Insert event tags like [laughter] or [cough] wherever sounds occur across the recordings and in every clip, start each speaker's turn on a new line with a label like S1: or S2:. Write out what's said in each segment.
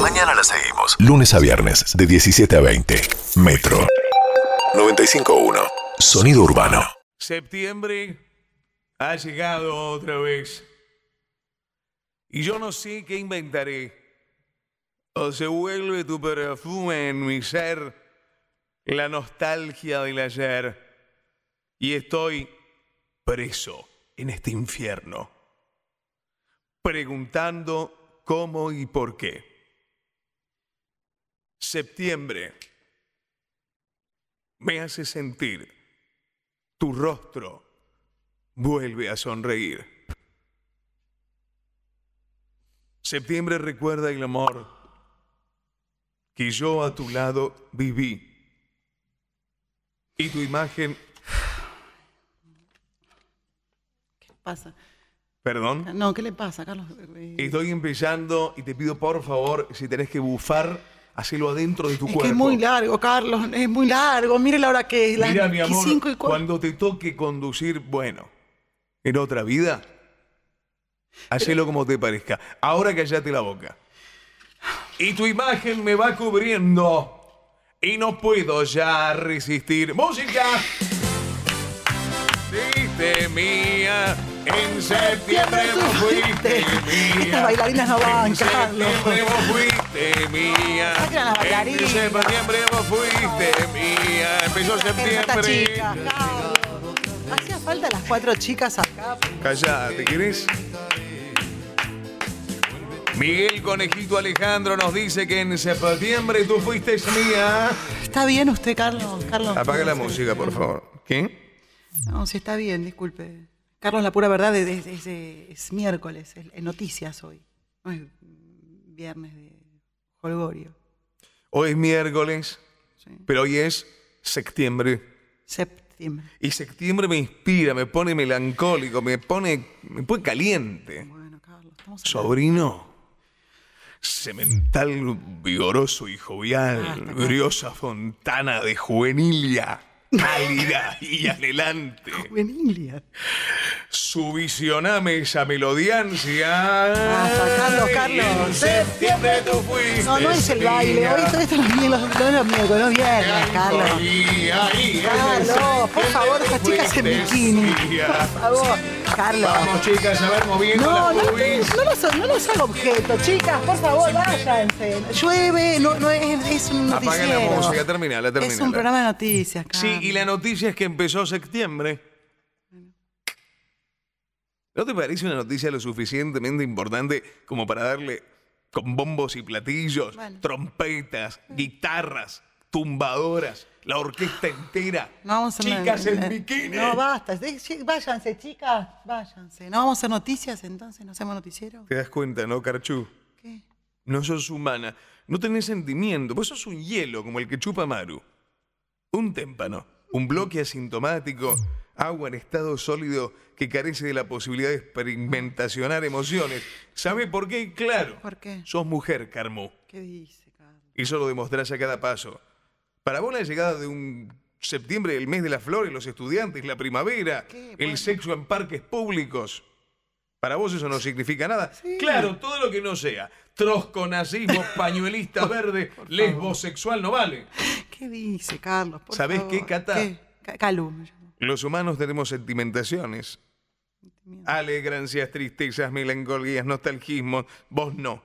S1: Mañana la seguimos. Lunes a viernes, de 17 a 20. Metro. 95.1. Sonido urbano.
S2: Septiembre ha llegado otra vez. Y yo no sé qué inventaré. O se vuelve tu perfume en mi ser, la nostalgia del ayer. Y estoy preso en este infierno, preguntando cómo y por qué. Septiembre me hace sentir tu rostro vuelve a sonreír. Septiembre recuerda el amor que yo a tu lado viví y tu imagen,
S3: pasa?
S2: perdón,
S3: No, ¿qué le pasa, Carlos? Eh,
S2: estoy empezando y te pido por favor, si tenés que bufar, hacelo adentro de tu
S3: Es
S2: cuerpo.
S3: que es muy largo, Carlos, es muy largo. Mire la hora que es, las
S2: Mira, mi amor,
S3: 25 y cuarto.
S2: cuando te toque conducir, bueno, en otra vida, hacelo como te parezca. Ahora callate la boca. Y tu imagen me va cubriendo. Y no puedo ya resistir. ¡Música! Fuiste mía, en septiembre vos fuiste mía.
S3: Estas bailarinas no van,
S2: En
S3: Carlos.
S2: septiembre vos fuiste mía.
S3: Saquen a las
S2: En
S3: bailarinas.
S2: septiembre vos fuiste mía. Empezó
S3: Esta
S2: septiembre.
S3: chica, Carlos. Hacía falta las cuatro chicas acá.
S2: Callá, ¿te querés? Miguel Conejito Alejandro nos dice que en septiembre tú fuiste mía.
S3: ¿Está bien usted, Carlos? Carlos
S2: Apaga la música, por favor. ¿Qué?
S3: No, sí, está bien, disculpe. Carlos, la pura verdad es, es- es- es miércoles, es, es noticias hoy. No es viernes de Holgorio.
S2: Hoy es miércoles,
S3: Sí.
S2: pero hoy es septiembre.
S3: Septiembre.
S2: Y septiembre me inspira, me pone melancólico, me pone, me pone caliente.
S3: Bueno, Carlos, estamos
S2: Sobrino, semental, vigoroso y jovial, briosa fontana de juvenilia, cálida y anhelante.
S3: en India.
S2: Su visioname esa melodiancia.
S3: Basta, Carlos,
S2: Y en
S3: Carlos.
S2: septiembre tú fuiste.
S3: No, no es
S2: Este
S3: el baile. Hoy todo esto los miércoles, los miércoles, no es viernes, Carlos. Carlos, por favor, estas chicas en bikini. Por favor, Carlos.
S2: Vamos, chicas, a ver, moviendo
S3: No, no,
S2: las
S3: no,
S2: boobies.
S3: los, no los haga objeto, chicas, por favor, váyanse. Llueve, no, no es, es un
S2: Apaga
S3: noticiero.
S2: la música, terminala,
S3: Es un
S2: terminala.
S3: programa de noticias, Carlos.
S2: Sí, y la noticia es que empezó septiembre. ¿No te parece una noticia lo suficientemente importante como para darle con bombos y platillos,
S3: Bueno.
S2: trompetas, guitarras, tumbadoras, la orquesta entera,
S3: No vamos a hacer
S2: chicas
S3: nada.
S2: en bikini?
S3: No, basta. de- chi- Váyanse, chicas, váyanse. ¿No vamos a hacer noticias entonces? ¿No hacemos noticiero?
S2: ¿Te das cuenta, no, Carchú?
S3: ¿Qué?
S2: No sos humana, no tenés sentimiento, vos sos un hielo como el que chupa Maru. Un témpano, un bloque asintomático, agua en estado sólido que carece de la posibilidad de experimentacionar emociones. ¿Sabe por qué? Claro.
S3: ¿Por qué?
S2: Sos mujer, Carmu,
S3: ¿Qué dice, Carlos?
S2: y eso lo demostrás a cada paso. Para vos la llegada de un septiembre, el mes de las flores, los estudiantes, la primavera,
S3: Qué bueno.
S2: el sexo en parques públicos. Para vos eso no significa nada. Claro, todo lo que no sea
S3: [laughs]
S2: trosconazismo, pañuelista verde, lesbosexual no vale.
S3: ¿Qué dice, Carlos? Por
S2: ¿Sabés
S3: favor?
S2: qué, Cata?
S3: Ca- Calu, me llamo.
S2: Los humanos tenemos sentimentaciones, alegrancias, tristezas, melancolías, nostalgismos. Vos no.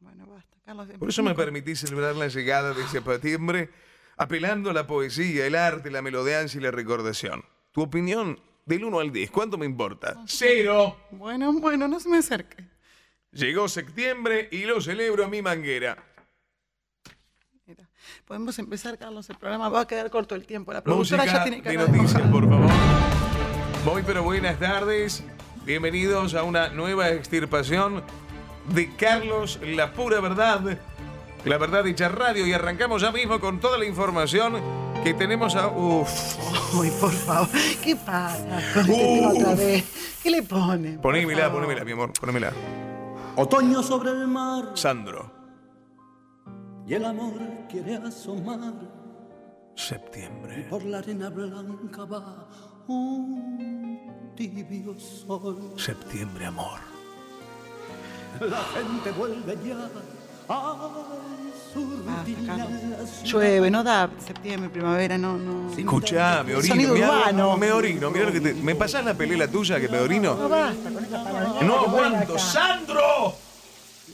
S3: Bueno, basta, Carlos.
S2: Por eso me permití celebrar la llegada de septiembre apelando a la poesía, el arte, la melodeanza y la recordación. Tu opinión del 1 al 10, ¿cuánto me importa? Cero.
S3: em, Bueno, bueno, no se me acerque.
S2: Llegó septiembre y lo celebro a mi manguera.
S3: Mira, podemos empezar, Carlos, el programa. Va a quedar corto el tiempo. La productora
S2: Música
S3: ya tiene que
S2: de
S3: hablar.
S2: noticias, por favor. Muy pero buenas tardes. Bienvenidos a una nueva extirpación de Carlos La Pura Verdad, La Verdad Dicha Radio. Y arrancamos ya mismo con toda la información que tenemos a... Uf,
S3: [laughs] Ay, por favor. ¿Qué pasa con este
S2: Uh.
S3: tema otra vez? ¿Qué le ponen?
S2: ponémela, ponémela, mi amor, ponémela.
S4: Otoño sobre el mar
S2: Sandro,
S4: y el amor quiere asomar
S2: septiembre.
S4: por la arena blanca va un tibio sol.
S2: Septiembre, amor.
S4: La gente vuelve ya
S3: Ah, Llueve, no da septiembre, primavera, no, no.
S2: Escuchá, me orino.
S3: Sonido
S2: mirá,
S3: urbano.
S2: Me orino, mirá lo que te. ¿Me pasás la pelela tuya que me
S3: No
S2: orino?
S3: basta con esta palabra.
S2: ¡No aguanto! ¡Sandro!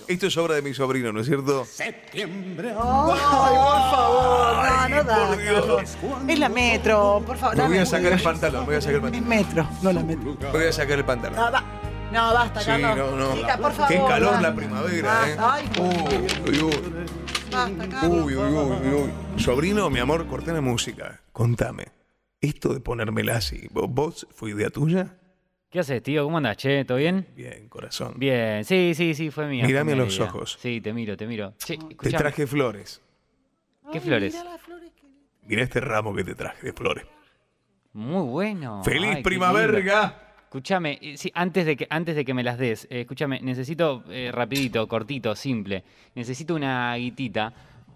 S2: Esto es obra de mi sobrino, ¿no es cierto?
S4: Septiembre.
S3: Ay, por favor, no,
S2: Ay,
S3: no da.
S2: por Dios.
S3: Carlos. Es la metro, por favor.
S2: Me voy
S3: dame
S2: a sacar el
S3: cuidado.
S2: pantalón, me voy a sacar el
S3: Es
S2: pantalón.
S3: metro, no la metro.
S2: Me voy a sacar el pantalón.
S3: No, ba- no, basta,
S2: Sí,
S3: Carlos.
S2: no, no.
S3: Chica, por favor.
S2: Qué calor
S3: basta.
S2: la primavera, ¿eh?
S3: Basta, Ay,
S2: Uy, uy, uy.
S3: basta, Carlos.
S2: Uy, uy, uy, uy. Sobrino, mi amor, corté la música. Contame. Esto de ponérmela así, ¿vo- ¿vos fue idea tuya?
S5: ¿Qué haces, tío? ¿Cómo andás, che? ¿Todo bien?
S2: Bien, corazón.
S5: Bien, sí, sí, sí, fue mía. fue
S2: Mirame a
S5: mía
S2: los
S5: idea.
S2: ojos.
S5: Sí, te miro, te miro. Che,
S2: Te
S5: escuchame.
S2: traje flores.
S5: ¿Qué flores?
S2: Mirá este ramo que te traje de flores.
S5: Muy bueno.
S2: ¡Feliz
S5: Ay, qué lindo.
S2: primavera!
S5: Escuchame, eh, sí, antes de que, antes de que me las des, eh, escúchame, necesito eh, rapidito, cortito, simple. Necesito una guitita.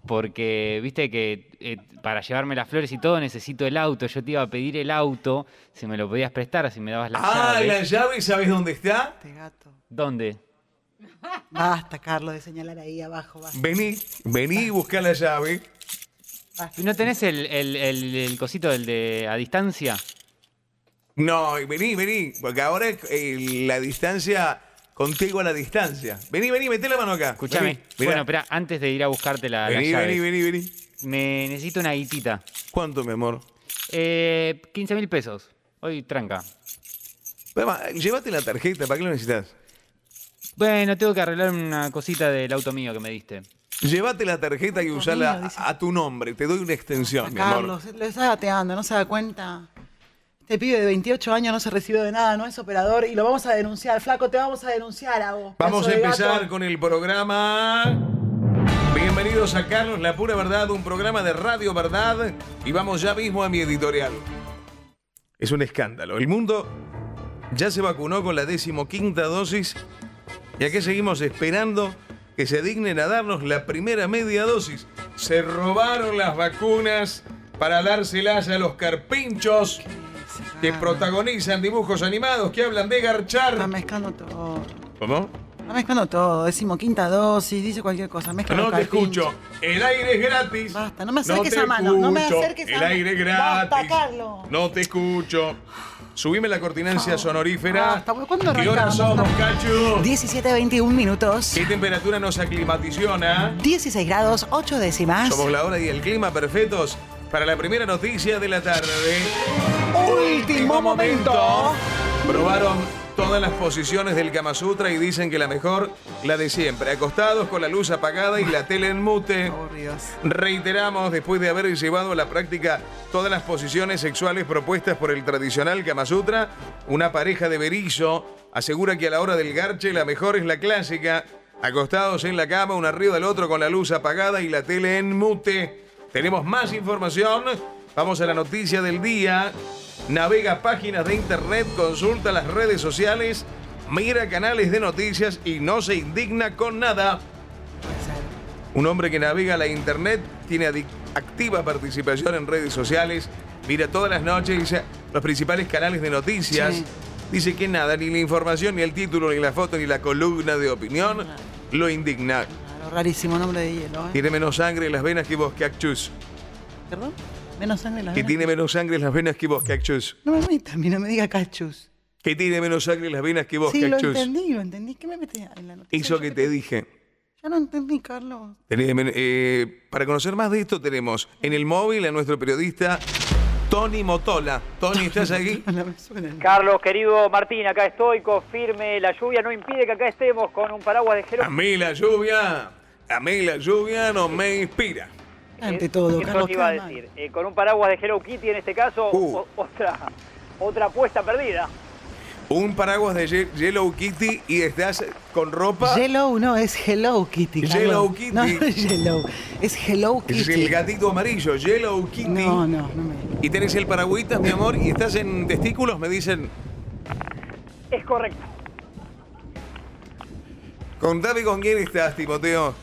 S5: Porque, viste que eh, para llevarme las flores y todo necesito el auto. Yo te iba a pedir el auto, si me lo podías prestar, si me dabas las
S2: Ah,
S5: llaves.
S2: la llave, ¿sabes dónde está?
S3: Este gato.
S5: ¿Dónde?
S3: Basta, Carlos, de señalar ahí abajo. Basta.
S2: Vení, vení y buscá la llave.
S5: ¿No tenés el, el- el- el cosito del de a distancia?
S2: No, y vení, vení, porque ahora eh, la distancia, contigo a la distancia. Vení, vení, meté la mano acá.
S5: Escuchame.
S2: Vení, mirá.
S5: Bueno, espera, antes de ir a buscarte la, las
S2: vení,
S5: llaves,
S2: vení, vení, vení.
S5: Me necesito una guitita.
S2: ¿Cuánto, mi amor?
S5: Eh, 15 mil pesos. Hoy tranca.
S2: Además, llévate la tarjeta, ¿para qué lo necesitas?
S5: Bueno, tengo que arreglar una cosita del auto mío que me diste.
S2: Llévate la tarjeta y
S3: Auto
S2: usala
S3: mío, dice.
S2: a, a tu nombre. Te doy una extensión, mi amor.
S3: Carlos, lo está gateando, no se da cuenta. Este pibe de 28 años no se recibió de nada, no es operador y lo vamos a denunciar. Flaco, te vamos a denunciar a vos.
S2: Vamos
S3: pedazo
S2: a
S3: de
S2: empezar
S3: gato.
S2: con el programa. Bienvenidos a Carlos La Pura Verdad, un programa de Radio Verdad. Y vamos ya mismo a mi editorial. Es un escándalo. El mundo ya se vacunó con la decimoquinta dosis. Y aquí seguimos esperando que se dignen a darnos la primera media dosis. Se robaron las vacunas para dárselas a los carpinchos
S3: Ah,
S2: que protagonizan dibujos animados que hablan de
S3: Está
S2: garchar.
S3: mezclando todo.
S2: ¿Cómo?
S3: Está mezclando todo. Decimos quinta dosis, dice cualquier cosa. Mezcla
S2: No
S3: los
S2: te
S3: carpinchos.
S2: escucho. El aire es gratis.
S3: Basta, no me acerques
S2: te
S3: a mano, no me
S2: escucho.
S3: acerques a
S2: El
S3: mano.
S2: aire es gratis.
S3: Basta, Carlos.
S2: No te escucho. Subime la cortinancia sonorífera.
S3: Basta, Ah, ¿cuándo
S2: ¿Qué hora
S3: arrancamos?
S2: somos, cacho?
S3: 17 a 21 minutos.
S2: ¿Qué temperatura nos aclimaticiona?
S3: 16 grados, 8 décimas.
S2: Somos la hora y el clima perfectos para la primera noticia de la tarde.
S3: Último momento.
S2: Probaron todas las posiciones del Kama Sutra y dicen que la mejor, la de siempre. Acostados con la luz apagada y la tele en mute.
S3: Aburridos.
S2: Reiteramos, después de haber llevado a la práctica todas las posiciones sexuales propuestas por el tradicional Kama Sutra, una pareja de Berizo asegura que a la hora del garche la mejor es la clásica, acostados en la cama, uno arriba del otro con la luz apagada y la tele en mute. Tenemos más información, vamos a la noticia del día. Navega páginas de internet, consulta las redes sociales, mira canales de noticias y no se indigna con nada. Un hombre que navega la internet tiene adic- activa participación en redes sociales, mira todas las noches los principales canales de noticias.
S3: Sí.
S2: Dice que nada, ni la información, ni el título, ni la foto, ni la columna de opinión lo indigna.
S3: Claro, rarísimo nombre de hielo, ¿eh?
S2: Tiene menos sangre en las venas que vos, cactus.
S3: ¿Perdón? Menos sangre en la
S2: Que tiene menos sangre en las venas que vos, cactus.
S3: No me metas, mí no me diga cachus.
S2: Que tiene menos sangre en las venas que vos,
S3: Sí, lo
S2: cactus.
S3: entendí, lo entendí. ¿Qué me metes en la noticia?
S2: Eso que te dije.
S3: Ya no entendí, Carlos. [laughs]
S2: Tenés, eh, para conocer más de esto tenemos en el móvil a nuestro periodista Tony Motola. Tony, ¿estás aquí?
S3: No me suena.
S6: Carlos, querido Martín, acá estoy, confirme, la lluvia no impide que acá estemos con un paraguas de gelo.
S2: A mí la lluvia, a mí la lluvia no me inspira.
S3: Ante todo,
S6: Eso
S3: Carlos.
S6: te iba a
S3: queda mal.
S6: decir, eh, con un paraguas de Hello Kitty en este caso,
S2: Uh.
S6: o- otra, otra apuesta perdida.
S2: Un paraguas de Ye- Yellow Kitty y estás con ropa.
S3: Yellow no, es Hello Kitty. Carlos.
S2: Yellow Kitty.
S3: No, [laughs] no es Yellow. Es Hello
S2: Es el
S3: Kitty.
S2: gatito amarillo, Yellow Kitty.
S3: No, no, no me.
S2: Y tenés el paragüitas, mi amor, y estás en testículos, me dicen.
S6: Es correcto.
S2: Contame con quién estás, Timoteo.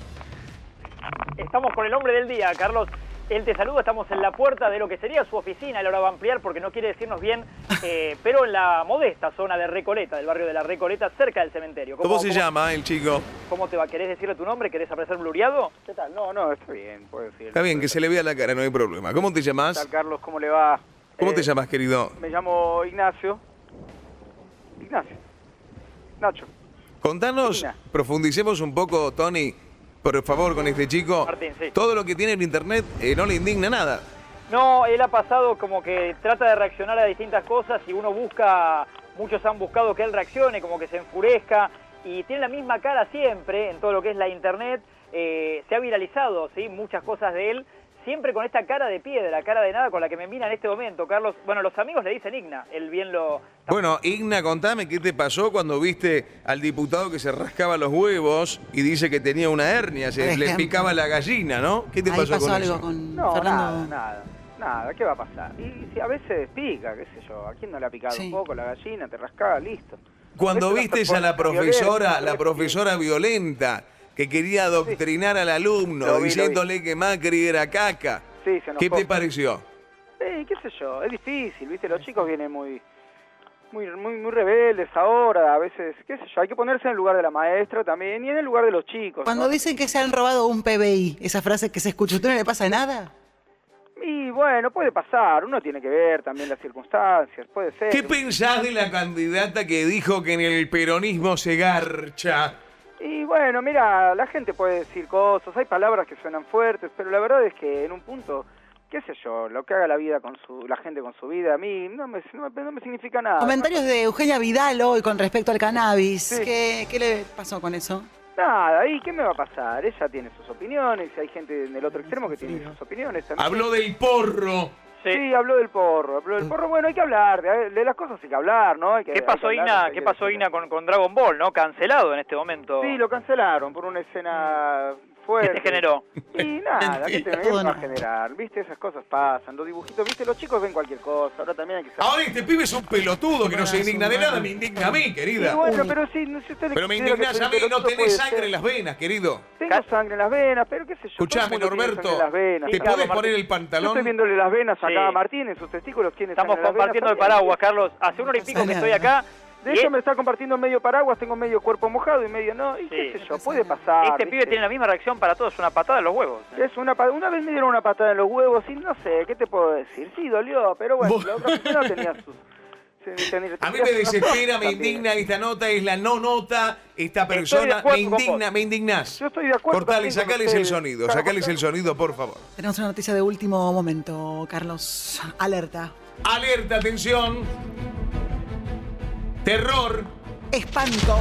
S6: Estamos con el hombre del día, Carlos. él te saluda, estamos en la puerta de lo que sería su oficina, él ahora va a ampliar porque no quiere decirnos bien,
S2: [laughs]
S6: eh, pero en la modesta zona de Recoleta, del barrio de la Recoleta, cerca del cementerio.
S2: ¿Cómo, se llama el chico?
S6: ¿Cómo te va? ¿Querés decirle tu nombre? ¿Querés aparecer blureado?
S7: ¿Qué tal? No, no, está bien, puedo decirlo.
S2: Está bien, que se le vea la cara, no hay problema. ¿Cómo te
S7: ¿Qué
S2: llamas?
S7: tal, Carlos? ¿Cómo le va?
S2: ¿Cómo
S7: Eh,
S2: te llamas, querido?
S7: Me llamo Ignacio. Ignacio. Nacho.
S2: Contanos,
S7: Ina.
S2: profundicemos un poco, Tony, por favor, con este chico.
S6: Martín, sí.
S2: Todo lo que tiene en internet eh, no le indigna nada.
S6: No, él ha pasado como que trata de reaccionar a distintas cosas y uno busca, muchos han buscado que él reaccione, como que se enfurezca y tiene la misma cara siempre en todo lo que es la internet. Eh, se ha viralizado, ¿sí? Muchas cosas de él, siempre con esta cara de piedra, cara de nada con la que me mira en este momento, Carlos. Bueno, los amigos le dicen Igna, él bien lo...
S2: Bueno, Igna, contame qué te pasó cuando viste al diputado que se rascaba los huevos y dice que tenía una hernia, se
S3: Por
S2: le
S3: ejemplo.
S2: picaba la gallina, ¿no? ¿Qué te
S3: Ahí
S2: pasó,
S3: pasó
S2: con
S3: algo
S2: eso?
S3: con
S7: No,
S3: Fernando.
S7: nada, nada. Nada, ¿qué va a pasar? Y si a veces pica, qué sé yo. ¿A quién no le ha picado
S3: Sí.
S7: un poco la gallina? Te rascaba, listo.
S2: Cuando
S7: Eso no se
S2: viste a
S7: pone
S2: la profesora,
S7: violenta,
S2: la
S7: ¿no?
S2: profesora violenta que quería adoctrinar al
S7: Lo
S2: alumno
S7: vi, lo vi.
S2: diciéndole que Macri era caca.
S7: Sí, se enojó.
S2: ¿Qué te pareció?
S7: Sí, qué sé yo, es difícil, ¿viste? Los chicos vienen muy muy muy muy rebeldes ahora, a veces, qué sé yo, hay que ponerse en el lugar de la maestra también y en el lugar de los chicos.
S3: Cuando
S7: ¿no?
S3: dicen que se han robado un PBI, esa frase que se escucha, ¿a usted no le pasa nada?
S7: Y bueno, puede pasar, uno tiene que ver también las circunstancias, puede ser.
S2: ¿Qué pensás de la candidata que dijo que en el peronismo se garcha?
S7: Y bueno, mira, la gente puede decir cosas, hay palabras que suenan fuertes, pero la verdad es que en un punto, qué sé yo, lo que haga la vida con su la gente con su vida, a mí no me, no me, no me significa nada.
S3: Comentarios de Eugenia Vidal hoy con respecto al cannabis.
S7: Sí.
S3: ¿Qué, qué le pasó con eso?
S7: Nada, ¿y qué me va a pasar? Ella tiene sus opiniones, hay gente en el otro extremo que tiene sus opiniones
S6: Ah,
S7: también.
S2: Habló del porro.
S7: Sí. habló del porro, habló del porro. Bueno, hay que hablar, de, de las cosas hay que hablar, ¿no? Hay que-
S6: ¿Qué
S7: hay
S6: pasó
S7: que hablar,
S6: Igna,
S7: hay
S6: ¿qué
S7: que
S6: pasó
S7: decir.
S6: Igna con, con Dragon Ball, no? Cancelado en este momento.
S7: Sí, lo cancelaron por una escena
S6: ¿Qué
S7: fuerte.
S6: se generó?
S7: Y nada, ¿qué te
S2: Mentira.
S7: qué te va a
S3: Bueno.
S7: generar? ¿Viste? Esas cosas pasan, los dibujitos, ¿viste? Los chicos ven cualquier cosa, ahora también hay que saber.
S2: Ahora este pibe es un pelotudo que no se indigna de nada, me indigna a mí,
S7: Y
S2: querida.
S7: bueno, pero sí, no sé ustedes
S2: Pero me
S7: consideran que
S2: indignás
S7: soy
S2: a mí, no
S7: pelotudo,
S2: tenés
S7: puede
S2: sangre
S7: ser.
S2: en las venas, querido.
S7: Tengo sangre en las venas, pero qué sé yo. todo
S2: Escuchame,
S7: el mundo tiene sangre
S2: Norberto,
S7: en las venas.
S2: ¿te
S7: Claro,
S2: podés
S7: Martín,
S2: poner el
S7: Yo estoy
S2: pantalón?
S7: viéndole las venas acá
S6: Sí.
S7: a Martín, en sus testículos tiene
S6: Estamos
S7: sangre en las venas
S6: compartiendo el
S7: también.
S6: paraguas, Carlos. Hace una hora y pico que estoy acá.
S7: De
S6: y
S7: hecho, me está compartiendo medio paraguas, tengo medio cuerpo mojado y medio no. Y qué
S6: Sí.
S7: sé yo, puede pasar.
S6: Este
S7: Ah, ¿viste?
S6: pibe tiene la misma reacción para todos, una patada en los huevos.
S7: Es una, pa- una vez me dieron una patada en los huevos y no sé, ¿qué te puedo decir? Sí, dolió, pero bueno,
S2: Vos-
S7: la otra persona tenía
S2: [laughs]
S7: sus... se- tenía-
S2: A mí
S7: tenía
S2: me
S7: sus
S2: desespera, me
S7: razones
S2: indigna esta nota, es la no nota, esta
S6: Estoy de
S2: persona, me
S6: acuerdo con
S2: indigna,
S6: vos.
S2: me indignás.
S7: Yo estoy de acuerdo
S2: Cortale,
S7: también con
S2: sacales el
S7: ustedes.
S2: sonido,
S7: Claro,
S2: sacales el
S7: cortale.
S2: sonido, por favor.
S3: Tenemos una noticia de último momento, Carlos. Alerta.
S2: Alerta, atención. Terror,
S3: Espanto,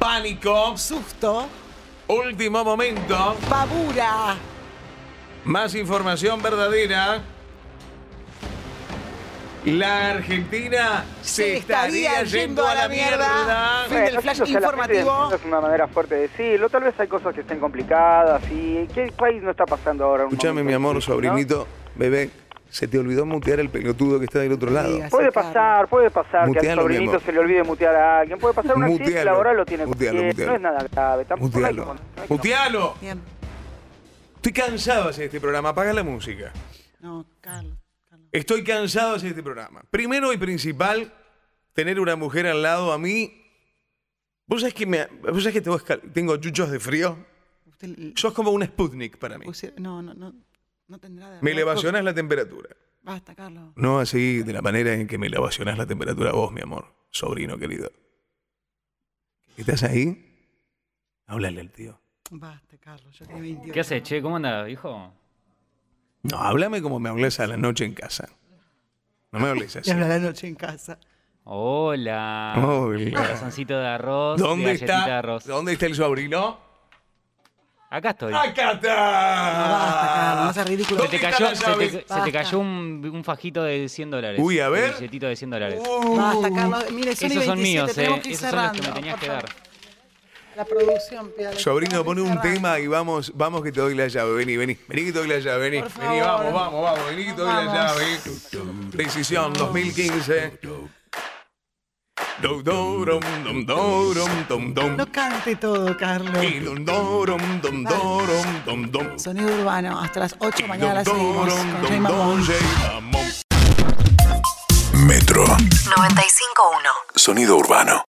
S2: pánico,
S3: susto,
S2: último momento.
S3: babura.
S2: Más información verdadera. La Argentina se, estaría, yendo a la mierda.
S3: Fin del
S7: Bueno,
S3: flash
S7: o sea, la gente
S3: informativo.
S7: Es una manera fuerte de decirlo, tal vez hay cosas que estén complicadas y ¿qué país no está pasando ahora? un
S2: Escuchame,
S7: momento
S2: mi amor,
S7: difícil, no?
S2: sobrinito, bebé. Se te olvidó mutear el pelotudo que está del otro lado.
S3: Digas.
S7: Puede pasar, puede pasar que al
S2: Mutealo, mi
S7: sobrinito
S2: amor.
S7: se le olvide mutear a alguien, puede pasar una
S2: Mutealo.
S7: accidente laboral lo tiene
S2: Mutealo, mutealo.
S7: cualquiera, no es nada grave, tampoco hay que
S2: Mutealo.
S7: poner- no hay que-
S2: Mutealo.
S3: Bien.
S2: Estoy cansado de hacer este programa. Apaga la música.
S3: No, Carlos. Carlos.
S2: Estoy cansado de hacer este programa. Primero y principal, tener una mujer al lado a mí. ¿Vos sabés que, me, vos sabés que tengo, escal- tengo chuchos de frío?
S3: Usted le-
S2: Sos como un Sputnik para mí.
S3: usted- no, no, no. No tendrá de
S2: Me
S3: verdad.
S2: elevacionás la temperatura.
S3: Basta, Carlos.
S2: No así de la manera en que me elevacionás la temperatura vos, mi amor, sobrino querido. ¿Estás ahí? Háblale al tío.
S3: Basta, Carlos. Yo tengo 28.
S5: ¿Qué haces, che? ¿Cómo anda, hijo?
S2: No, háblame como me hablás a la noche en casa. No me hables
S3: Y
S2: así.
S3: habla la noche en casa.
S5: Hola.
S2: Hola.
S5: Corazoncito de arroz.
S2: ¿Dónde
S5: de galletita de
S2: está,
S5: arroz.
S2: ¿Dónde está el sobrino?
S5: Acá estoy.
S2: ¡Acá está! Ah.
S3: basta, Carlos, no seas ridículo.
S5: Se
S2: ¿Dónde
S5: te
S2: está
S5: cayó,
S2: la
S5: se te,
S2: llave?
S5: se te
S3: Basta.
S5: cayó un, un fajito de 100 dólares.
S2: Uy, a ver.
S5: Un billetito de 100 dólares.
S2: Uh,
S3: Basta, Carlos. Mire, son y 27,
S5: Esos son míos, eh.
S3: tenemos que ir
S5: Esos son los que
S3: cerrando.
S5: me tenías
S3: por
S5: que
S3: favor.
S5: dar.
S3: La producción, Piedad.
S2: Sobrino, pone un tema y vamos, vamos que te doy la llave. Vení, vení, vení que te doy la llave, vení.
S3: Por favor.
S2: Vení, vamos, vamos, vamos, vení que te doy la
S3: Vamos.
S2: llave. Decisión 2015. Dum, dum, dum, dum, dum, dum, dum.
S3: No cante todo, Carlos.
S2: Y dum, dum, dum, dum, dum, dum.
S3: Sonido urbano. Hasta las 8 de la mañana la
S2: Dum,
S3: seguimos
S2: dum,
S3: con
S2: dum,
S3: Jay
S2: dum,
S3: Mamón.
S2: Jay Mamón.
S1: Metro.
S8: 95.1.
S1: Sonido urbano.